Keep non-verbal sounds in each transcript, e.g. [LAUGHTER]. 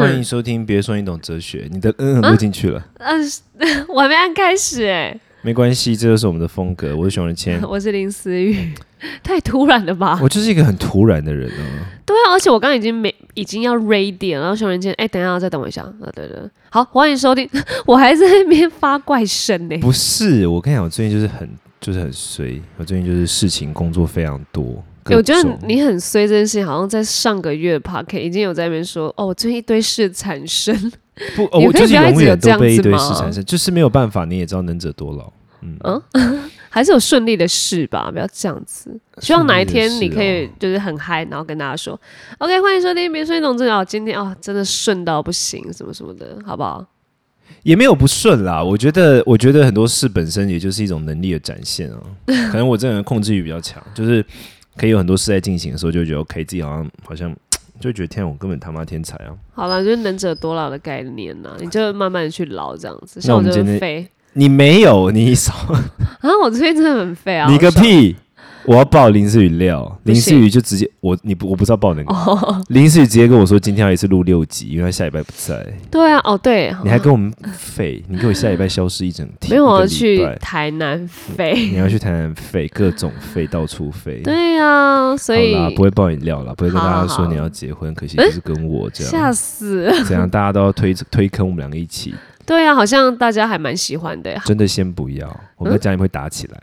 欢迎收听，别说你懂哲学，你的嗯嗯都进去了，嗯， [LAUGHS] 我还没按开始哎、没关系，这就是我们的风 [LAUGHS]，格。我是熊仁谦我是林思雨， [LAUGHS] 太突然了吧？我就是一个很突然的人哦。对啊，而且我刚刚已经没已经要 ready 了，然后熊仁谦，哎、等一下，再等我一下，啊，对对对，好，欢迎收听， [LAUGHS] 我还在那边发怪声呢、不是，我跟你讲，我最近就是很就是很随，我最近就是事情工作非常多。各哎我觉得种你很衰这件事情，好像在上个月的 p o c a 已经有在那边说，哦，我最近一堆事产生， [LAUGHS] 不，哦你我可就以不是要一永直有远这都样被一子堆吗事缠身，就是没有办法，你也知道能者多劳。嗯，嗯还是有顺利的事吧，不要这样子。啊希望哪一天你可以就是很嗨，然后跟大家说，OK，欢迎收听《别说你懂这聊》，今天哦真的顺到不行，什么什么的，好不好？也没有不顺啦。我觉得，我觉得很多事本身也就是一种能力的展现啊。 [LAUGHS] 可能我这个人控制欲比较强，就是可以有很多事在进行的时候，就觉得 OK，自己好像好像就觉得天啊，我根本他妈天才啊！好了，就是能者多劳的概念呐、你就慢慢的去劳这样子。那像我我们就今天是废你没有，你少， [LAUGHS] 啊，我最近真的很废啊，你好个爽！屁！我要爆林思雨料，不林思行雨就直接我你不我不知道爆哪个， [LAUGHS] 哦，林思雨直接跟我说今天要一次录六集，因为他下礼拜不在，对啊，哦对，你还跟我们废，你给我下礼拜消失一整天，没有我要一个礼去拜嗯台南废，你要去台南废，各种废，到处废，对啊，所以好啦，不会爆你料啦，不会跟大家好说好你要结婚，可惜不是跟我这吓样，死了，这样大家都要推推坑我们两个一起，对啊，好像大家还蛮喜欢的，真的先不要， [LAUGHS] 我们在家里面会打起来，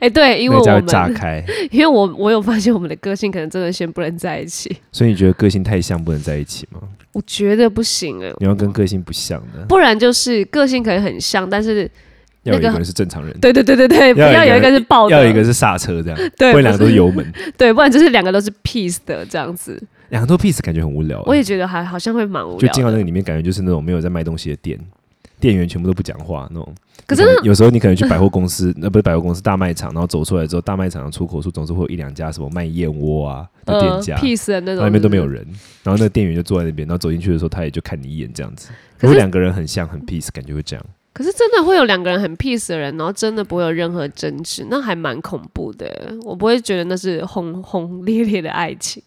哎，对，因为那个家我会炸们开， [LAUGHS] 因为我我有发现我们的个性可能真的先不能在一起，所以你觉得个性太像不能在一起吗？我觉得不行哎，你要跟个性不像的，不然就是个性可能很像，但是要有一那个个人是正常人，对对对对对，嗯不要有一要有个一个是爆的，要有一个是刹车这样，对，不然不两个都是是油门，对，不然就是两个都是 peace 的这样子。两个都 piece 感觉很无聊欸。我也觉得还好像会蛮无就聊进到那的。个里面，感觉就是那种没有在卖东西的店，店员全部都不讲话那种。可是你能有时候你可能去百货公司， [LAUGHS] 那不是百货公司大卖场，然后走出来之后，大卖场的出口处总是会有一两家什么卖燕窝啊的店呃家， peace 的那然种，后里面都没有。人，然后那个店员就坐在那边，然后走进去的时候，他也就看你一眼这样子。如可果是两个人很像，很 peace，感觉会这样。可是真的会有两个人很 peace 的人，然后真的不会有任何争执，那还蛮恐怖的。我不会觉得那是轰轰烈烈的爱情。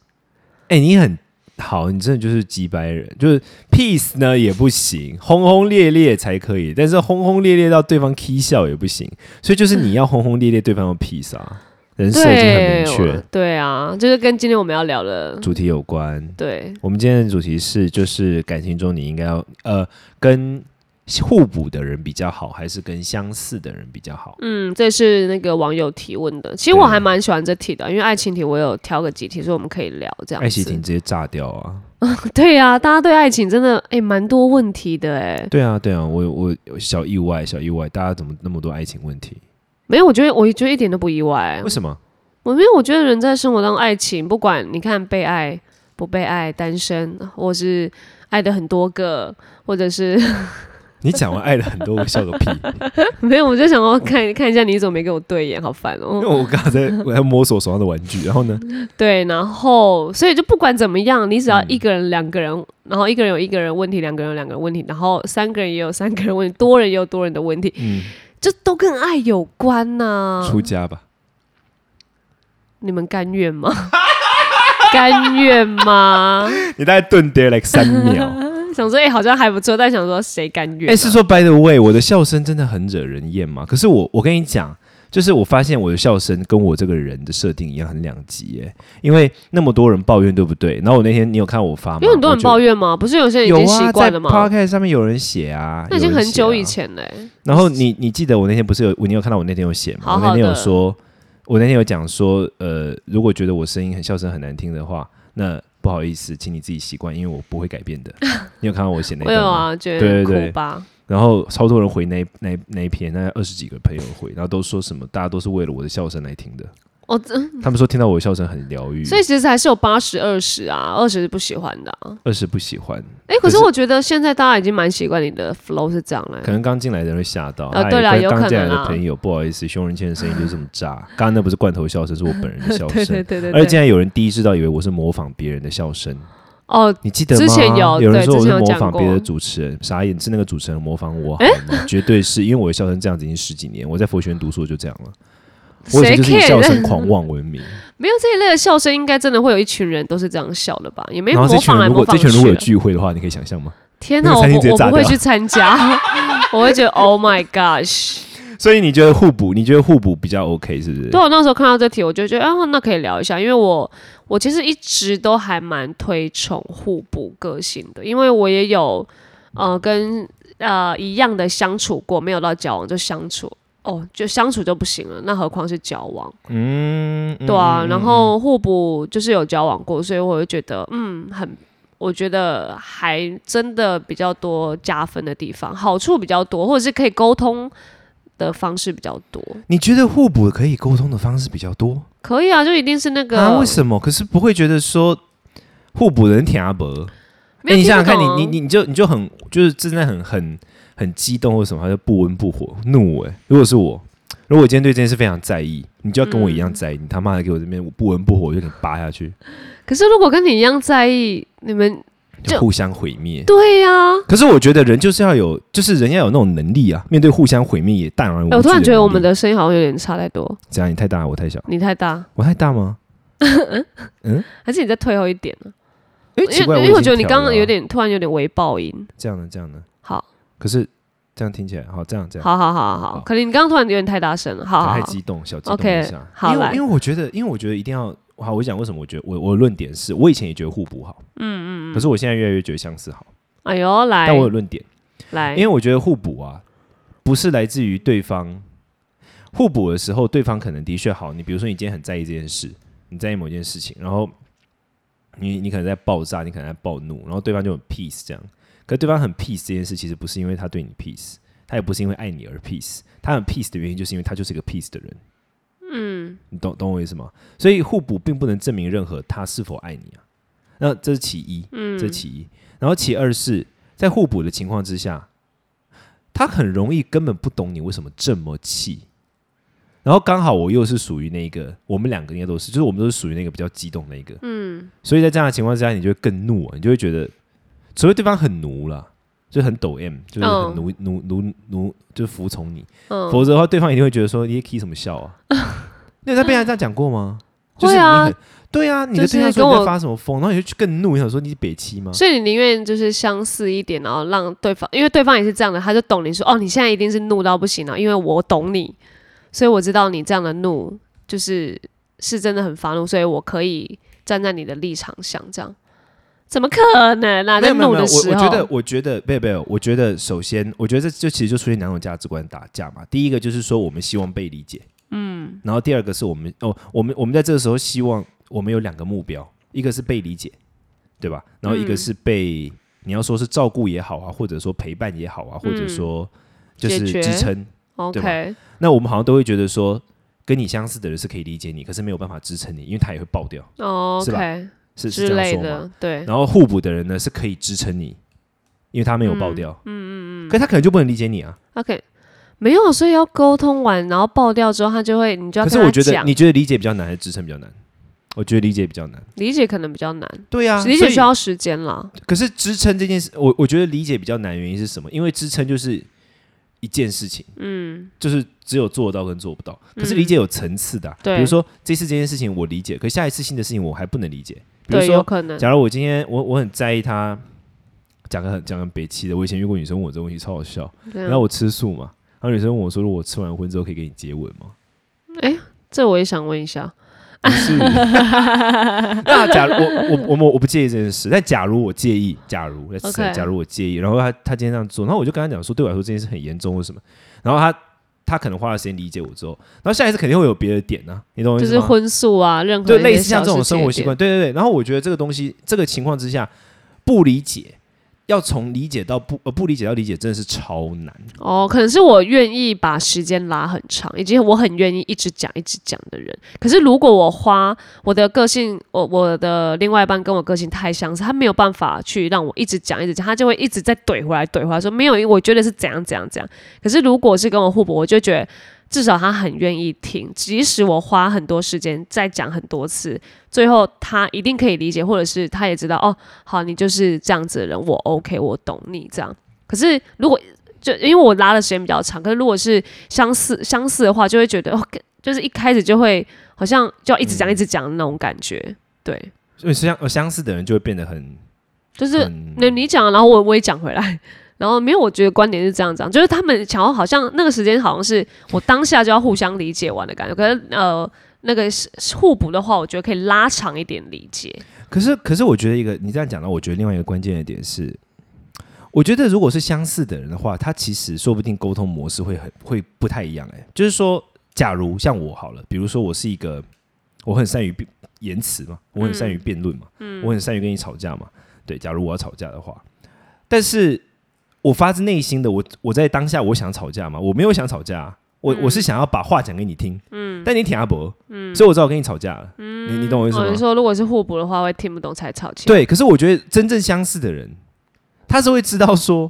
哎、你很好，你真的就是几百人，就是 peace 呢也不行，轰轰烈烈才可以，但是轰轰烈烈到对方 k 笑也不行，所以就是你要轰轰烈烈，对方要 peace 啊，人设已经很对明，确我，对啊，就是跟今天我们要聊的，主题有关。对我们今天的主题是，就是感情中你应该要呃跟互补的人比较好，还是跟相似的人比较好？嗯，这是那个网友提问的。其实对我还蛮喜欢这题的，因为爱情题我有挑个几题，所以我们可以聊这样子。爱喜婷直接炸掉啊！对啊，大家对爱情真的哎蛮、多问题的哎、对啊，对啊，我我有小意外，小意外，大家怎么那么多爱情问题？没有，我觉得我觉得一点都不意外为。什么？我因为我觉得人在生活当中，爱情不管你看被爱不被爱，单身或是爱的很多个，或者是 [LAUGHS] 你讲完爱了很多，我笑个屁！没有，我就想要看看一下你怎么没跟我对眼，好烦因为哦。我刚才在我在摸索手上的玩具，然后呢，对，然后所以就不管怎么样，你只要一个人、两个人，然后一个人有一个人问题，两个人有两个人问题，然后三个人也有三个人问题，多人也有多人的问题，嗯，就都跟爱有关呐、出家吧，你们甘愿吗？ [LAUGHS] 甘愿吗？你大概顿跌 like 三秒。想说，哎、好像还不错，但想说谁甘愿、啊？哎，是说 by the way，我的笑声真的很惹人厌吗？可是我我跟你讲，就是我发现我的笑声跟我这个人的设定一样，很两极哎，因为那么多人抱怨，对不对？然后我那天你有看我发吗？有很多人抱怨。怨吗？不是有些人已有经啊，习在惯了吗？ podcast 上面有人写啊，那已经有人很写久啊以前了、欸。然后你你记得我那天不是有我你有看到我那天有写吗？好我那天好有的说，我那天有讲说，呃，如果觉得我声音很笑声很难听的话，那不好意思，请你自己习惯，因为我不会改 [LAUGHS] 变的。你有看到我写那我段有吗？啊，觉对得对对哭吧。然后超多人回那那那一篇，大概二十几个朋友回，然后都说什么，大家都是为了我的笑声来听的。哦，真他们说听到我的笑声很疗愈，所以其实还是有八十二十啊，二十是不喜欢的、啊。二十不喜欢，哎、可可是是我觉得现在大家已经蛮习惯你的 flow 是这样了、可能刚进来的人会吓到。呃嗨对啦刚有刚可进来能的啦朋友，不好意思，熊仁谦的声音就是这么炸。刚刚那不是罐头笑声，是我本人的笑 [LAUGHS] 对声对。对对而对。竟然有人第一次到以为我是模仿别人的笑声，哦，你记得吗？之前有人对说我之是前有模讲仿过别的主持人，傻眼是那个主持人模仿我，好 [LAUGHS] 吗？绝对是因为我的笑声这样子已经十几年，我在佛学院读书就这样了，我以前谁就是以笑 care？ [LAUGHS] 声狂妄闻名，没有这一类的笑声，应该真的会有一群人都是这样笑的吧？也没然模后这群仿人来如模果仿这去群人如果有了。聚会的话，你可以想象吗？天那哪，个我餐厅直接不我炸不会掉去参加， [LAUGHS] 我会觉得 Oh my gosh！所以你觉得互补，你觉得互补比较 OK 是不是？对我那时候看到这题，我就觉得啊，那可以聊一下，因为我我其实一直都还蛮推崇互补个性的，因为我也有呃跟呃一样的相处过，没有到交往就相处。哦，就相处就不行了，那何况是交往？嗯，嗯对啊，嗯然后互补就是有交往过，所以我就觉得，嗯，很，我觉得还真的比较多加分的地方，好处比较多，或者是可以沟通的方式比较多。你觉得互补可以沟通的方式比较多可以啊，就一定是那个，啊？为什么？可是不会觉得说互补的人挺阿伯？没哎有你听想想不看，你懂啊你你你就你就很就是真的很很很激动或什么，他就不温不火怒哎、如果是我，如果我今天对这件事非常在意，你就要跟我一样在嗯意，你他妈的给我这边不温不火，我就给你扒下去，可是如果跟你一样在意，你们就就互相毁灭。对呀、可是我觉得人就是要有，就是人要有那种能力啊，面对互相毁灭也淡然无惧的能力、哎我突然觉得我们的声音好像有点差太多，怎样？你太大，我太小，你太大，我太大吗？还是你再退后一点呢、哎、因奇为怪，因为已我觉经得你调刚了刚啊有点突然有点微爆音，这样的，这样的。好，可是这样听起来好，这样这样，好好好好，好好可能你刚刚突然有点太大声了，好好太好。激动，小激动 OK，一下。好因为来我因为我觉得，因为我觉得一定要好。我讲为什么？我觉得我我的论点是我以前也觉得互补好，嗯嗯，可是我现在越来越觉得相似好。哎呦，来，但我有论点，来，因为我觉得互补啊，不是来自于对方互补的时候，对方可能的确好。你比如说，你今天很在意这件事，你在意某件事情，然后你你可能在爆炸，你可能在暴怒，然后对方就很 peace 这样。可是对方很 peace 这件事，其实不是因为他对你 peace，他也不是因为爱你而 peace，他很 peace 的原因就是因为他就是一个 peace 的人。嗯，你懂懂我意思吗？所以互补并不能证明任何他是否爱你啊。那这是其一，嗯，这是其一。然后其二是在互补的情况之下，他很容易根本不懂你为什么这么气。然后刚好我又是属于那个，我们两个应该都是，就是我们都是属于那个比较激动那个，嗯，所以在这样的情况之下，你就会更怒、啊，你就会觉得，除非对方很奴啦，就很抖 M，就是很奴、奴奴奴，就是服从你，嗯否则的话，对方一定会觉得说你 key 什么笑 [LAUGHS] 啊？你有在被人家这样讲过吗？会就是你啊很，对啊，你的就是对象说跟你在我发什么疯，然后你就更怒，你想说你是北七吗？所以你宁愿就是相似一点，然后让对方，因为对方也是这样的，他就懂你说，哦，你现在一定是怒到不行了，因为我懂你，所以我知道你这样的怒就是是真的很发怒，所以我可以站在你的立场想这样。怎么可能啊？没在有没有没有，怒的我时我候，觉得我觉得没有没有，我觉得首先，我觉得这就其实就出现两种价值观打架嘛。第一个就是说我们希望被理解，嗯，然后第二个是我们哦，我们我们在这个时候希望我们有两个目标，一个是被理解，对吧？然后一个是嗯被、你要说是照顾也好啊，或者说陪伴也好啊，或者说就嗯解是决支撑。对 OK，吧那我们好像都会觉得说，跟你相似的人是可以理解你，可是没有办法支撑你，因为他也会爆掉，哦是吧，OK 是是之这样类说吗？的，对，哦然后互补的人呢是可以支撑你，因为他没有爆掉，嗯嗯嗯，可他可能就不能理解你啊。 OK，没有，所以要沟通完，然后爆掉之后，他就会，你就要可是跟我他觉得讲你，觉得理解比较难，还是支撑比较难？我觉得理解比较难。理解可能比较难，对啊，理所解以需要时间啦。可是支撑这件事，我我觉得理解比较难，原因是什么？因为支撑就是一件事情，嗯，就是只有做到跟做不到。可是理解有层次的啊、嗯对比如说这次这件事情我理解，可下一次新的事情我还不能理解。比如对，有说，可能。假如我今天我我很在意他，讲个很讲个很北气的，我以前遇过女生问我这个问题，超好笑。然然后我吃素嘛，然后女生问我说：“如果我吃完荤之后可以给你接吻 [LAUGHS] 吗这我也想问 [LAUGHS] 一下，？”不是。那假如我我我们我不介意这件事，但假如我介意，假如 let's say， OK 假如我介意，然后他他今天这样做，然后我就跟他讲说，对我来说这件事很严重，为什么？然后他他可能花了时间理解我之后，然后下一次肯定会有别的点呢、你懂我意就思是吗？荤素啊，任何对，一类些似像小这种事生活节习惯，对对对。然后我觉得这个东西，这个情况之下，不理解，要从理解到不呃不理解到理解，真的是超难。点哦，可能是我愿意把时间拉很长，以及我很愿意一直讲一直讲的人。可是如果我花我的个性，我我的另外一半跟我个性太相似，他没有办法去让我一直讲一直讲，他就会一直在怼回来怼回来说没有，我觉得是怎样怎样怎样。可是如果是跟我互补，我就觉得。至少他很愿意听，即使我花很多时间再讲很多次，最后他一定可以理解，或者是他也知道哦，好，你就是这样子的人，我 OK，我懂你这样。可是如果就因为我拉的时间比较长，可是如果是相似相似的话，就会觉得哦，跟就是一开始就会好像就要一直讲一直讲的那种感觉，对，所以相呃相似的人就会变得很就是很那你讲，然后我我也讲回来。然后没有，我觉得观点是这样讲，就是他们想要好像那个时间好像是我当下就要互相理解完的感觉，可是呃那个是互补的话，我觉得可以拉长一点理解。可是，可是我觉得一个你这样讲到，我觉得另外一个关键的点是，我觉得如果是相似的人的话，他其实说不定沟通模式会很会不太一样、欸。哎，就是说，假如像我好了，比如说我是一个我很善于辩言辞嘛，我很善于辩论嘛，我很善于跟你吵架嘛。对，假如我要吵架的话，但是我发自内心的，我我在当下我想吵架吗？我没有想吵架啊、我、我是想要把话讲给你听，嗯，但你挺阿伯，嗯，所以我知道我跟你吵架了，嗯，你你懂我意思吗？我哦是说，如果是互补的话，会听不懂才吵起来。对，可是我觉得真正相似的人，他是会知道说，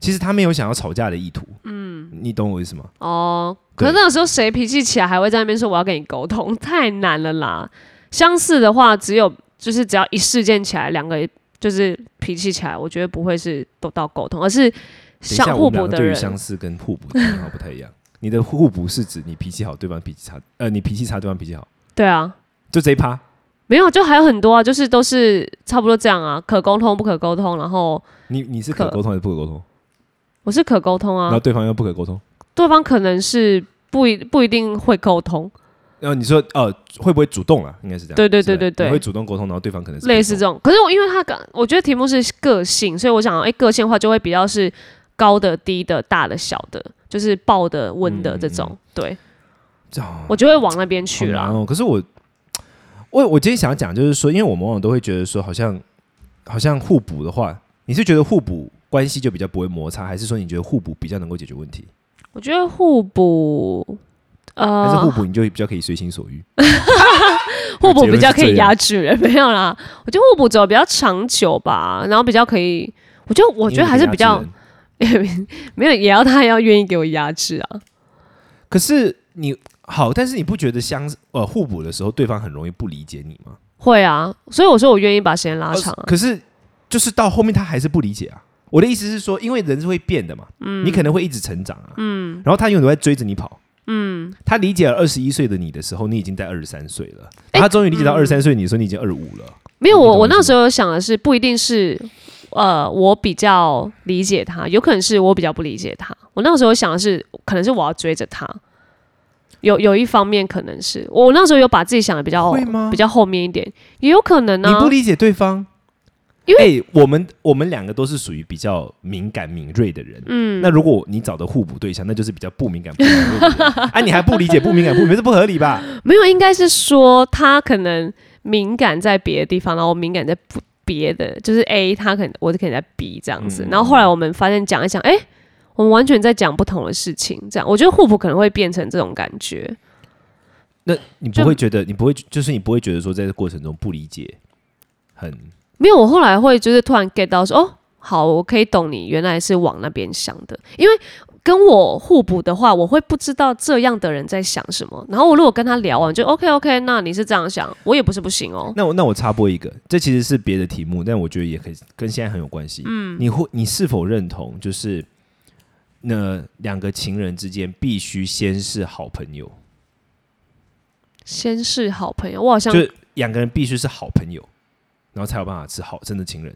其实他没有想要吵架的意图。嗯，你懂我意思吗？哦，可是对那个时候谁脾气起来还会在那边说我要跟你沟通，太难了啦。相似的话，只有就是只要一事件起来，两个就是脾气起来，我觉得不会是都到沟通，而是等一下相我互们两补个的对于人。相似跟互补的好像不太一样。你的互补是指你脾气好，对方脾气差，呃，你脾气差，对方脾气好，对啊，就这一趴。没有，就还有很多啊，就是都是差不多这样啊，可沟通不可沟通，然后你你是可可沟通还是不可沟通？我是可沟通然后啊，对方又不可沟通。对方可能是不一不一定会沟通，然后你说呃，会不会主动啊？应该是这样。对对对是不是对对你会主动沟通，然后对方可能是类似这这种。可是我因为他刚，我觉得题目是个性，所以我想，哎、个性的话就会比较是高的、低的、大的、小的，就是爆的、温的这种。对，哦我就会往那边去嗯好啦。难哦。可是我，我我今天想要讲就是说，因为我们往往都会觉得说，好像好像互补的话，你是觉得互补关系就比较不会摩擦，还是说你觉得互补比较能够解决问题，我觉得互补，还是互呃，补你就比较可以随心所欲？互补结论比较是可这以样压制人， [LAUGHS] 没有啦。我觉得互补走比较长久吧，然后比较可以。我觉得，我我觉得还是比较没有，也要他要愿意给我压制啊。可是你好，但是你不觉得相呃互补的时候，对方很容易不理解你吗？会啊，所以我说我愿意把时间哦拉长啊。呃可是就是到后面他还是不理解啊。我的意思是说，因为人是会变的嘛，你可能会一直成长啊，嗯，然后他永远都在追着你跑，嗯，他理解了二十一岁的你的时候，你已经在二十三岁了，然后他终于理解到二十三岁你的时候，你已经二十五了，没有，你我懂我我意那思时候想的是，不一定是呃，我比较理解他，有可能是我比较不理解他。我那时候想的是，可能是我要追着他。有有一方面可能是我那时候有把自己想的比较会吗比较后面一点，也有可能呢、你不理解对方。因为、我们我们两个都是属于比较敏感敏锐的人，嗯，那如果你找的互补对象，那就是比较不敏感不敏锐的人啊，你还不理解不敏感不敏锐，这不合理吧？没有，应该是说他可能敏感在别的地方，然后我敏感在不别的，就是 A 他可能我就可能在 B 这样子。嗯然后后来我们发现讲一讲，哎、我们完全在讲不同的事情，这样我觉得互补可能会变成这种感觉。那你不就会觉得你不会就是你不会觉得说在这过程中不理解很没有，我后来会就是突然 get 到说，哦，好，我可以懂你原来是往那边想的，因为跟我互补的话，我会不知道这样的人在想什么。然后我如果跟他聊完，就 OK OK，那你是这样想，我也不是不行哦。那我那我插播一个，这其实是别的题目，但我觉得也可以跟现在很有关系。嗯，你会你是否认同，就是那两个情人之间必须先是好朋友，先是好朋友，我好像就是两个人必须是好朋友，然后才有办法是好真的情人。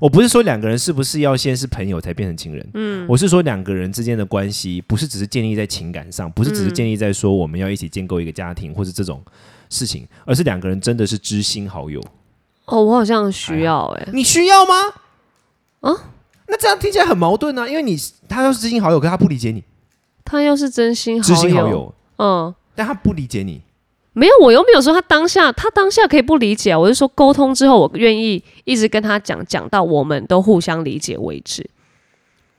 我不是说两个人是不是要先是朋友才变成情人，嗯，我是说两个人之间的关系不是只是建立在情感上，不是只是建立在说我们要一起建构一个家庭或是这种事情，而是两个人真的是知心好友。哦，我好像需要哎、你需要吗？啊啊？那这样听起来很矛盾啊，因为你他要是知心好友，可是他不理解你，他要是真心好知友，心好友，嗯。但他不理解你。没有，我又没有说他当下，他当下可以不理解啊。我是说沟通之后，我愿意一直跟他讲，讲到我们都互相理解为止。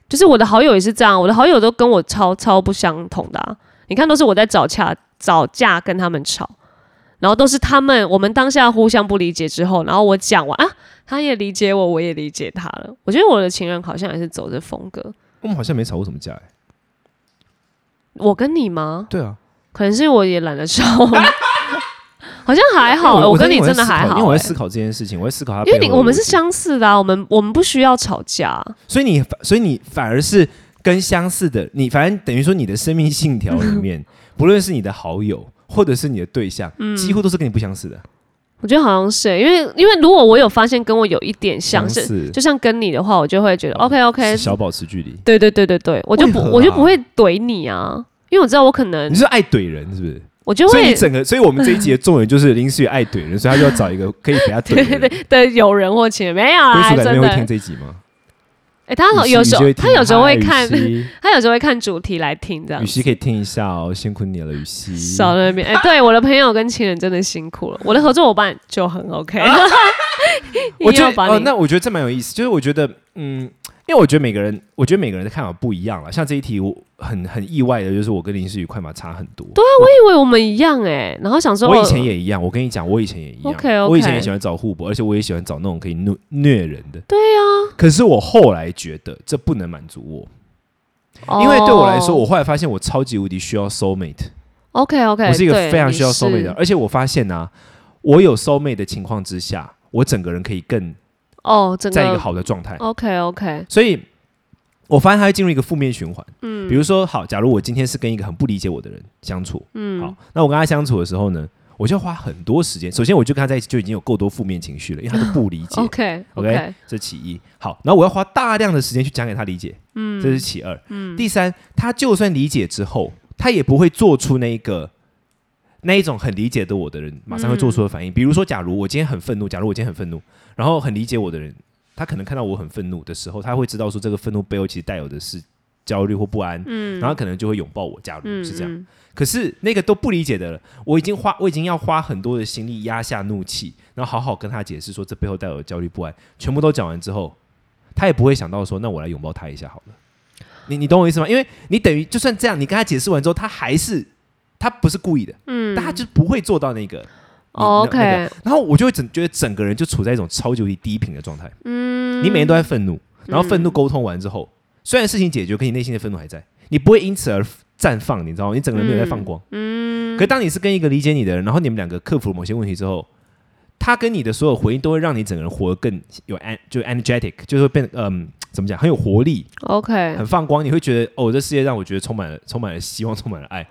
就是我的好友也是这样，我的好友都跟我超超不相同的、啊。你看，都是我在找架找架跟他们吵，然后都是他们我们当下互相不理解之后，然后我讲完啊，他也理解我，我也理解他了。我觉得我的情人好像也是走这风格。我哦们好像没吵过什么架哎、我跟你吗？对啊，可能是我也懒得吵，好像还 [LAUGHS] 好。因为我我跟因你为我真在的思考还好、因为我在欸思考这件事情，我在思考他背因后为的逻辑。你我们是相似的啊，我们我们不需要吵架，所以你所以你反而是跟相似的，你反正等于说你的生命信条里 [LAUGHS] 面，不论是你的好友或者是你的对象，嗯几乎都是跟你不相似的。我觉得好像是欸，因为因为如果我有发现跟我有一点像相是，似嗯就像跟你的话，我就会觉得 OK OK，小保持距离。对对对对对，我就不、为何啊我就不会怼你啊，因为我知道我可能你是爱怼人是不是？我就所以会你整个，所以我们这一集的重点就是林思雨爱怼 [LAUGHS] 人，所以他就要找一个可以陪他怼的对人。对对对有人或情人没有归啦，属感真妹会听的。这一集吗？哎、他好雨熙有时雨熙候会听他有时候会看嗨，雨熙 [LAUGHS] 他有时候会看主题来听这样雨。熙可以听一下哦，辛苦你了，雨熙。少了那边哎、对我的朋友跟情人真的辛苦了，我的合作伙伴就很 [LAUGHS] OK。 [LAUGHS] 我硬觉要得把哦，你那我觉得这蛮有意思，就是我觉得，嗯，因为我觉得每个人，我觉得每个人的看法不一样了。像这一题，我很很意外的，就是我跟林世宇看法差很多。对啊我以为我们一样哎、然后想说我以前也一样，我跟你讲，我以前也一样。 OK，OK 我以前也喜欢找互补，而且我也喜欢找那种可以虐虐人的。对啊。可是我后来觉得这不能满足我，哦因为对我来说，我后来发现我超级无敌需要 soul mate， OK OK，我是一个非常需要 soul mate 的人。而且我发现呢，我有 soul mate 的情况之下，我整个人可以更哦，整个在一个好的状态。 OK OK，所以我发现他会进入一个负面循环。嗯，比如说，好，假如我今天是跟一个很不理解我的人相处，嗯，好，那我跟他相处的时候呢，我就要花很多时间。首先，我就跟他在一起就已经有够多负面情绪了，因为他都不理解。 OK OK，, 这其一。好，然后我要花大量的时间去讲给他理解，嗯，这是其二。嗯，第三，他就算理解之后，他也不会做出那一个。那一种很理解的我的人，马上会做出的反应，比如说，假如我今天很愤怒，假如我今天很愤怒，然后很理解我的人，他可能看到我很愤怒的时候，他会知道说这个愤怒背后其实带有的是焦虑或不安，嗯，然后可能就会拥抱我。假如嗯是这样，样，可是那个都不理解的了，我已经花，我已经要花很多的心力压下怒气，然后好好跟他解释说这背后带有的焦虑不安，全部都讲完之后，他也不会想到说，那我来拥抱他一下好了。你你懂我意思吗？因为你等于就算这样，你跟他解释完之后，他还是他不是故意的，嗯但他就不会做到那个。你哦那那个 OK 然后我就会整觉得整个人就处在一种超级无敌低频的状态。嗯你每天都在愤怒，然后愤怒沟通完之后，虽然事情解决，可你内心的愤怒还在，你不会因此而绽放，你知道吗？你整个人没有在放光。嗯。可当你是跟一个理解你的人，然后你们两个克服了某些问题之后，他跟你的所有回应都会让你整个人活得更有 en 就 energetic，就是会变得嗯怎么讲很有活力， OK 很放光。你会觉得哦，这世界让我觉得充满了充满了希望，充满了爱的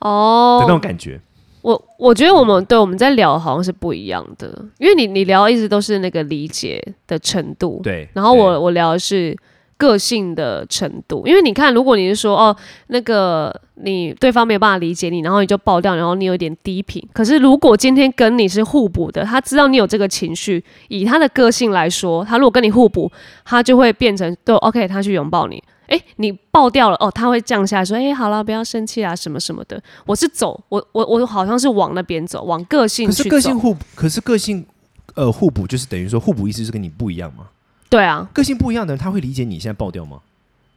哦那，种感觉。我我觉得我们对我们在聊好像是不一样的，因为你你聊一直都是那个理解的程度，对。哦然后对我我聊的是个性的程度，因为你看，如果你是说哦，那个你对方没有办法理解你，然后你就爆掉，然后你有一点低频。可是如果今天跟你是互补的，他知道你有这个情绪，以他的个性来说，他如果跟你互补，他就会变成对，OK，他去哦拥抱你。哎，你爆掉了哦，他会降下来说，哎，好了，不要生气啦，什么什么的。我是走，我我我好像是往那边走，往个性可去是走。个性互补，可是个性呃互补就是等于说互补意思就是跟你不一样嘛。对啊，个性不一样的人，他会理解你现在爆掉吗？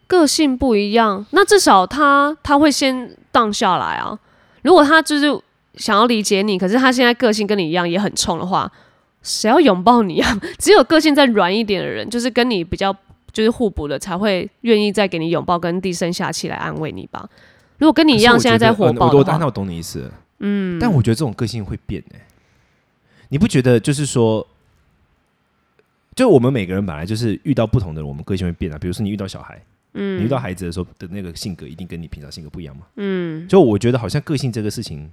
个性不一样，那至少他他会先荡下来啊。如果他就是想要理解你，可是他现在个性跟你一样也很冲的话，谁要拥抱你啊？ [LAUGHS] 只有个性再软一点的人，就是跟你比较就是互补的，才会愿意再给你拥抱跟低声下气来安慰你吧。如果跟你一样可是现我在觉得在火呃爆我我的那话，我懂你意思了。嗯，但我觉得这种个性会变哎、你不觉得？就是说，就我们每个人本来就是遇到不同的人，我们个性会变啊。比如说你遇到小孩，嗯，你遇到孩子的时候的那个性格，一定跟你平常性格不一样嘛。嗯，就我觉得好像个性这个事情，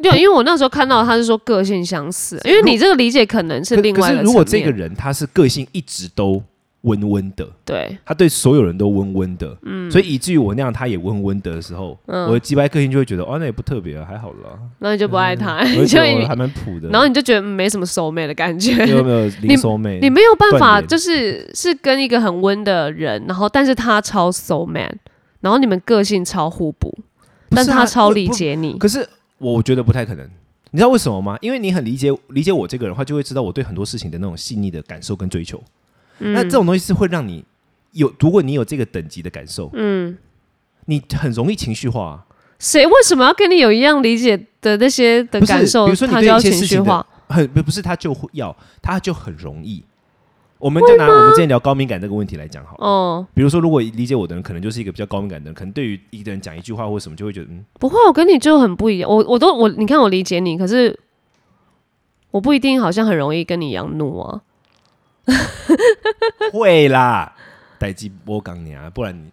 对，因为我那时候看到他是说个性相似，因为你这个理解可能是可另外可是一个如果层这面个人他是个性一直都温温的，对他对所有人都温温的，嗯所以以至于我那样他也温温的时候，我的鸡掰个性就会觉得哦，那也不特别啊，还好啦，然嗯后你就不爱他，嗯我你 [LAUGHS] 就觉得我还蛮普的。 [LAUGHS] 然后你就觉得嗯没什么熟妹的感觉，有没有 [LAUGHS] 零收妹？你没有办断法，联就是是跟一个很温的人，然后但是他超 soul man，然后你们个性超互补，不但是啊他超我理不解你。可是我觉得不太可能，你知道为什么吗？因为你很理解理解我这个人的话，就会知道我对很多事情的那种细腻的感受跟追求。嗯那这种东西是会让你有，如果你有这个等级的感受，嗯，你很容易情绪化啊、谁为什么要跟你有一样理解的那些的不是感受比如说，你他对就要一些情事绪情的化？很不不是他就会要，他就很容易。我们就拿我们之前聊高敏感这个问题来讲好了。哦、比如说，如果理解我的人，可能就是一个比较高敏感的人，可能对于一个人讲一句话或什么，就会觉得嗯，不会，我跟你就很不一样。我我都我，你看我理解你，可是我不一定好像很容易跟你一样怒啊。会啦，逮鸡波刚你啊，不然你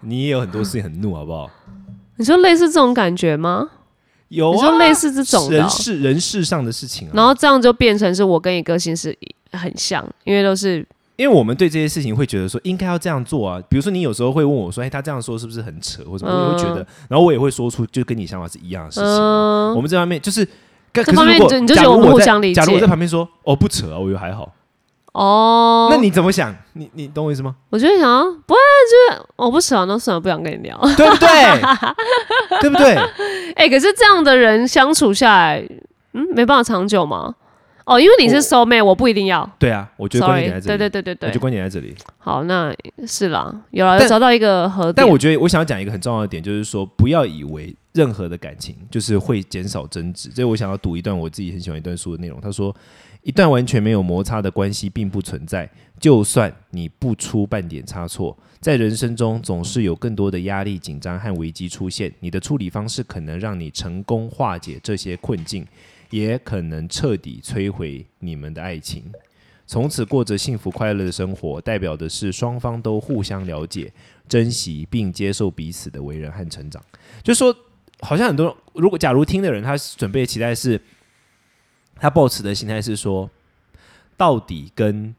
你也有很多事情很怒，好不好？你说类似这种感觉吗？有你啊，说类似这种的哦、人事人事上的事情啊。然后这样就变成是我跟你个性是很像，因为都是因为我们对这些事情会觉得说应该要这样做啊，比如说你有时候会问我说：“哎，他这样说是不是很扯？”或者我也会觉得，然后我也会说出就跟你想法是一样的事情。嗯我，们这方面就是，这这方面就你就觉得我们互相理解假如我在旁边说：“哦，不扯啊，我觉得还好。哦，那你怎么想？你你懂我意思吗？我就会想要，不会就是我不喜欢，那算了，不想跟你聊。 [LAUGHS] 对不对？对不对？哎、可是这样的人相处下来，嗯，没办法长久吗？哦，因为你是 soul mate，我不一定要。对啊，我觉得观 Sorry，点在这对里。对对对我觉得对，观点在这里。好，那是啦，有了但找到一个合点。但我觉得我想要讲一个很重要的点，就是说不要以为任何的感情就是会减少争执。这我想要读一段我自己很喜欢一段书的内容。他说，一段完全没有摩擦的关系并不存在，就算你不出半点差错，在人生中总是有更多的压力、紧张和危机出现。你的处理方式可能让你成功化解这些困境，也可能彻底摧毁你们的爱情。从此过着幸福快乐的生活，代表的是双方都互相了解、珍惜并接受彼此的为人和成长。就说，好像很多人，如果假如听的人，他准备的期待是，他抱持的心态是说，到底跟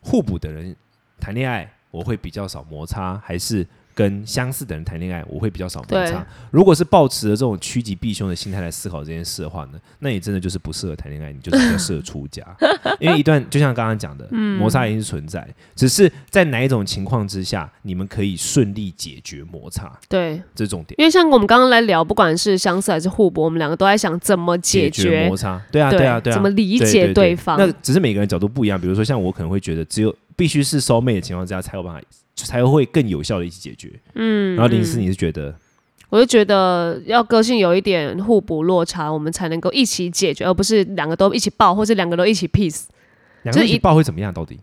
互补的人谈恋爱，我会比较少摩擦，还是跟相似的人谈恋爱，我会比较少摩对擦？如果是抱持着这种趋吉避凶的心态来思考这件事的话呢，那你真的就是不适合谈恋爱，你就是比较适合出家，因为一段就像刚刚讲的，摩擦一定是存在，只是在哪一种情况之下，你们可以顺利解决摩擦，对，这重点。因为像我们刚刚来聊，不管是相似还是互补，我们两个都在想怎么解决摩擦，对啊，对啊，对啊，怎么理对解对对方？那只是每个人角度不一样，比如说像我可能会觉得，只有必须是 soul mate 的情况之下，才有办法，才会更有效的一起解决。嗯，然后林思你是觉得，我就觉得要个性有一点互补落差，我们才能够一起解决，而哦不是两个都一起爆，或是两个都一起 peace。两个人一就起一爆会怎么样？到底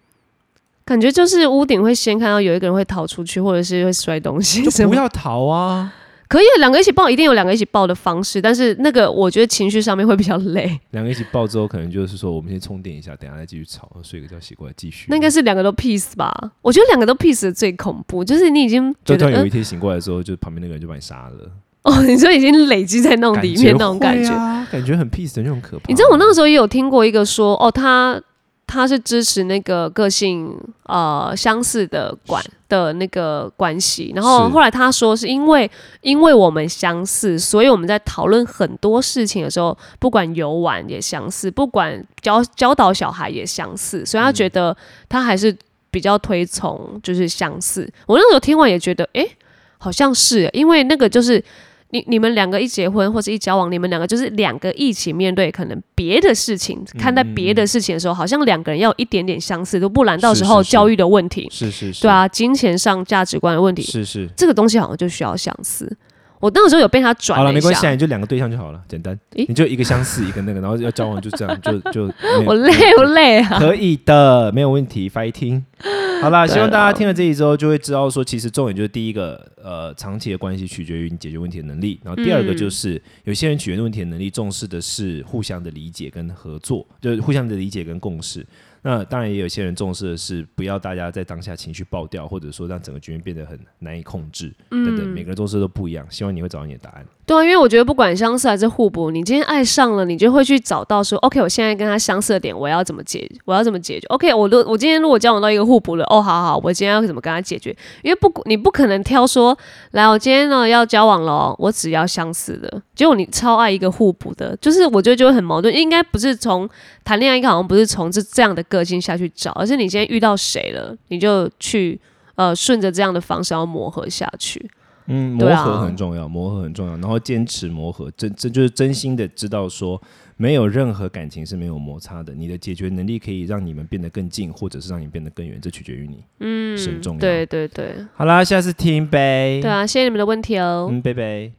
感觉就是屋顶会先看到有一个人会逃出去，或者是会摔东西就什不么。要逃啊！可以，两个一起爆，一定有两个一起爆的方式，但是那个我觉得情绪上面会比较 [LAUGHS] 累，两个一起爆之后，可能就是说我们先充电一下，等一下再继续吵，睡个觉醒过来继续。那应该是两个都 peace 吧？我觉得两个都 peace 的最恐怖，就是你已经就觉突得然有一嗯天醒过来之后，就旁边那个人就把你杀了，哦，你说已经累积在那种感哦里觉面那种感会觉，啊，感觉很 peace 的那种可怕。你知道我那个时候也有听过一个说，哦，他他是支持那个个性呃相似的关的那个关系，然后是后来他说是因为因为我们相似，所以我们在讨论很多事情的时候，不管游玩也相似，不管教教导小孩也相似，所以他觉得他还是比较推崇就是相似。我那时候听完也觉得，诶，好像是，因为那个就是你你们两个一结婚或者一交往，你们两个就是两个一起面对可能别的事情，看待别的事情的时候，好像两个人要有一点点相似，都不然到时嗯候是是是教育的问题，是是是，对，啊，金钱上价值观的问题，是是。这个东西好像就需要相似。我那个时候有被他转好了，一没关系啊，下，你就两个对象就好了，简单，咦你就一个相似，一个那个，然后要交往就这样，就就没有 [LAUGHS] 我累不累啊？可以的，没有问题，fighting。好 [LAUGHS] 啦，对啊希望大啦家听了这一周就会知道说，其实重点就是第一个，呃，长期的关系取决于你解决问题的能力，然后第二个就是、嗯有些人解决问题的能力重视的是互相的理解跟合作，就是互相的理解跟共识。那当然也有些人重视的是不要大家在当下情绪爆掉，或者说让整个局面变得很难以控制，等嗯等，每个人重视都不一样。希望你会找到你的答案。对啊，因为我觉得不管相似还是互补，你今天爱上了，你就会去找到说，OK，我现在跟他相似的点，我要怎么解，我要怎么解决？OK，我如我今天如果交往到一个互补了，哦，好好，我今天要怎么跟他解决？因为不，你不可能挑说，来，我今天呢要交往了哦，我只要相似的。结果你超爱一个互补的，就是我觉得就会很矛盾。应该不是从谈恋爱，应该好像不是从这这样的个性下去找，而是你今天遇到谁了，你就去呃顺着这样的方式要磨合下去。嗯，磨对啊合很重要，磨合很重要，然后坚持磨合，真真就是真心的知道说，没有任何感情是没有摩擦的。你的解决能力可以让你们变得更近，或者是让你变得更远，这取决于你。嗯，是很重要。对对对。好啦，下次听呗。啊对，啊，谢谢你们的问题哦。嗯，拜拜。